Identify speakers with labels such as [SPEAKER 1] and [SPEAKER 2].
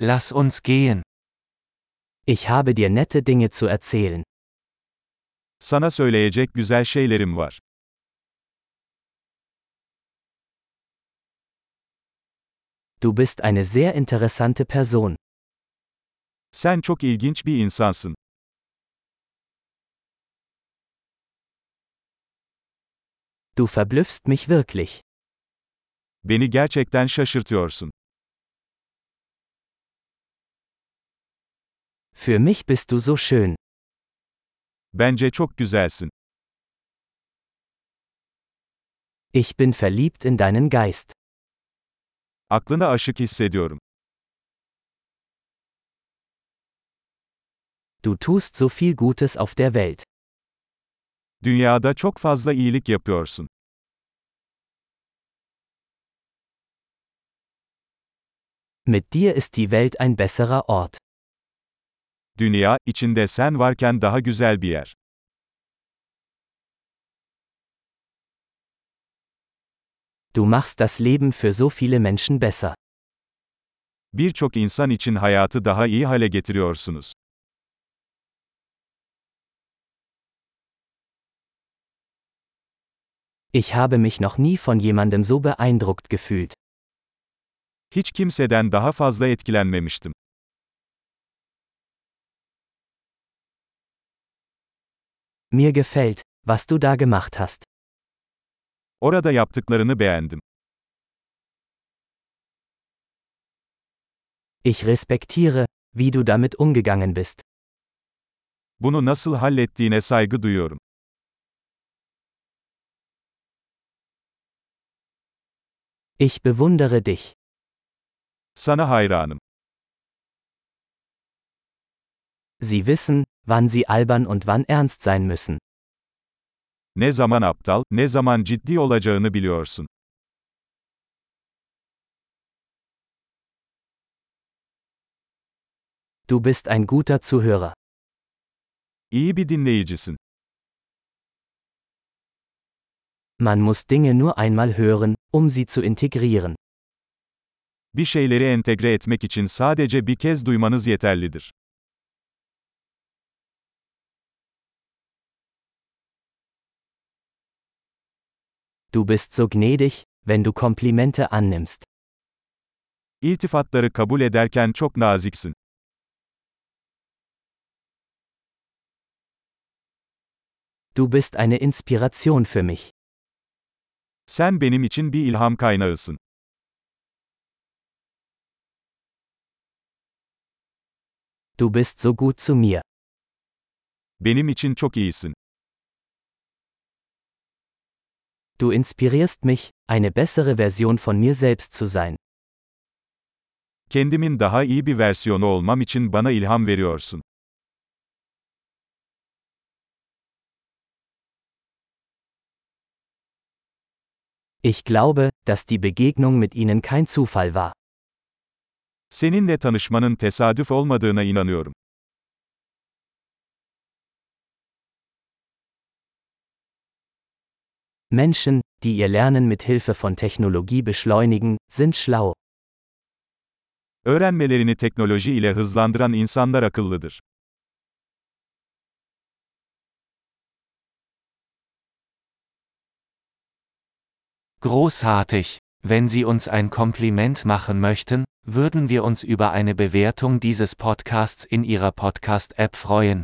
[SPEAKER 1] Lass uns gehen. Ich habe dir nette Dinge zu erzählen.
[SPEAKER 2] Sana söyleyecek güzel şeylerim var.
[SPEAKER 1] Du bist eine sehr interessante Person.
[SPEAKER 2] Sen çok ilginç bir insansın.
[SPEAKER 1] Du verblüffst mich wirklich.
[SPEAKER 2] Beni gerçekten şaşırtıyorsun.
[SPEAKER 1] Für mich bist du so schön.
[SPEAKER 2] Bence çok güzelsin.
[SPEAKER 1] Ich bin verliebt in deinen Geist.
[SPEAKER 2] Aklına aşık hissediyorum.
[SPEAKER 1] Du tust so viel Gutes auf der Welt.
[SPEAKER 2] Dünyada çok fazla iyilik yapıyorsun.
[SPEAKER 1] Mit dir ist die Welt ein besserer Ort.
[SPEAKER 2] Dünya, içinde sen varken daha güzel bir yer.
[SPEAKER 1] Du machst das Leben für so viele Menschen besser.
[SPEAKER 2] Birçok insan için hayatı daha iyi hale getiriyorsunuz.
[SPEAKER 1] Ich habe mich noch nie von jemandem so beeindruckt gefühlt.
[SPEAKER 2] Hiç kimseden daha fazla etkilenmemiştim.
[SPEAKER 1] Mir gefällt, was du da gemacht hast.
[SPEAKER 2] Orada yaptıklarını beğendim.
[SPEAKER 1] Ich respektiere, wie du damit umgegangen bist.
[SPEAKER 2] Bunu nasıl hallettiğine saygı duyuyorum.
[SPEAKER 1] Ich bewundere dich.
[SPEAKER 2] Sana hayranım.
[SPEAKER 1] Sie wissen, wann sie albern und wann ernst sein müssen.
[SPEAKER 2] Ne zaman aptal, ne zaman ciddi olacağını biliyorsun.
[SPEAKER 1] Du bist ein guter Zuhörer.
[SPEAKER 2] İyi bir dinleyicisin.
[SPEAKER 1] Man muss Dinge nur einmal hören, um sie zu integrieren.
[SPEAKER 2] Bir şeyleri entegre etmek için sadece bir kez duymanız yeterlidir.
[SPEAKER 1] Du bist so gnädig, wenn du Komplimente annimmst.
[SPEAKER 2] İltifatları kabul ederken çok naziksin.
[SPEAKER 1] Du bist eine Inspiration für mich.
[SPEAKER 2] Sen benim için bir ilham kaynağısın.
[SPEAKER 1] Du bist so gut zu mir.
[SPEAKER 2] Benim için çok iyisin.
[SPEAKER 1] Du inspirierst mich, eine bessere Version von mir selbst zu sein.
[SPEAKER 2] Kendimin daha iyi bir versiyonu olmam için bana ilham veriyorsun.
[SPEAKER 1] Ich glaube, dass die Begegnung mit ihnen kein Zufall war.
[SPEAKER 2] Seninle tanışmanın tesadüf olmadığına inanıyorum.
[SPEAKER 1] Menschen, die ihr Lernen mit Hilfe von Technologie beschleunigen, sind schlau.
[SPEAKER 2] Öğrenmelerini teknoloji ile hızlandıran insanlar akıllıdır.
[SPEAKER 3] Großartig! Wenn Sie uns ein Kompliment machen möchten, würden wir uns über eine Bewertung dieses Podcasts in Ihrer Podcast-App freuen.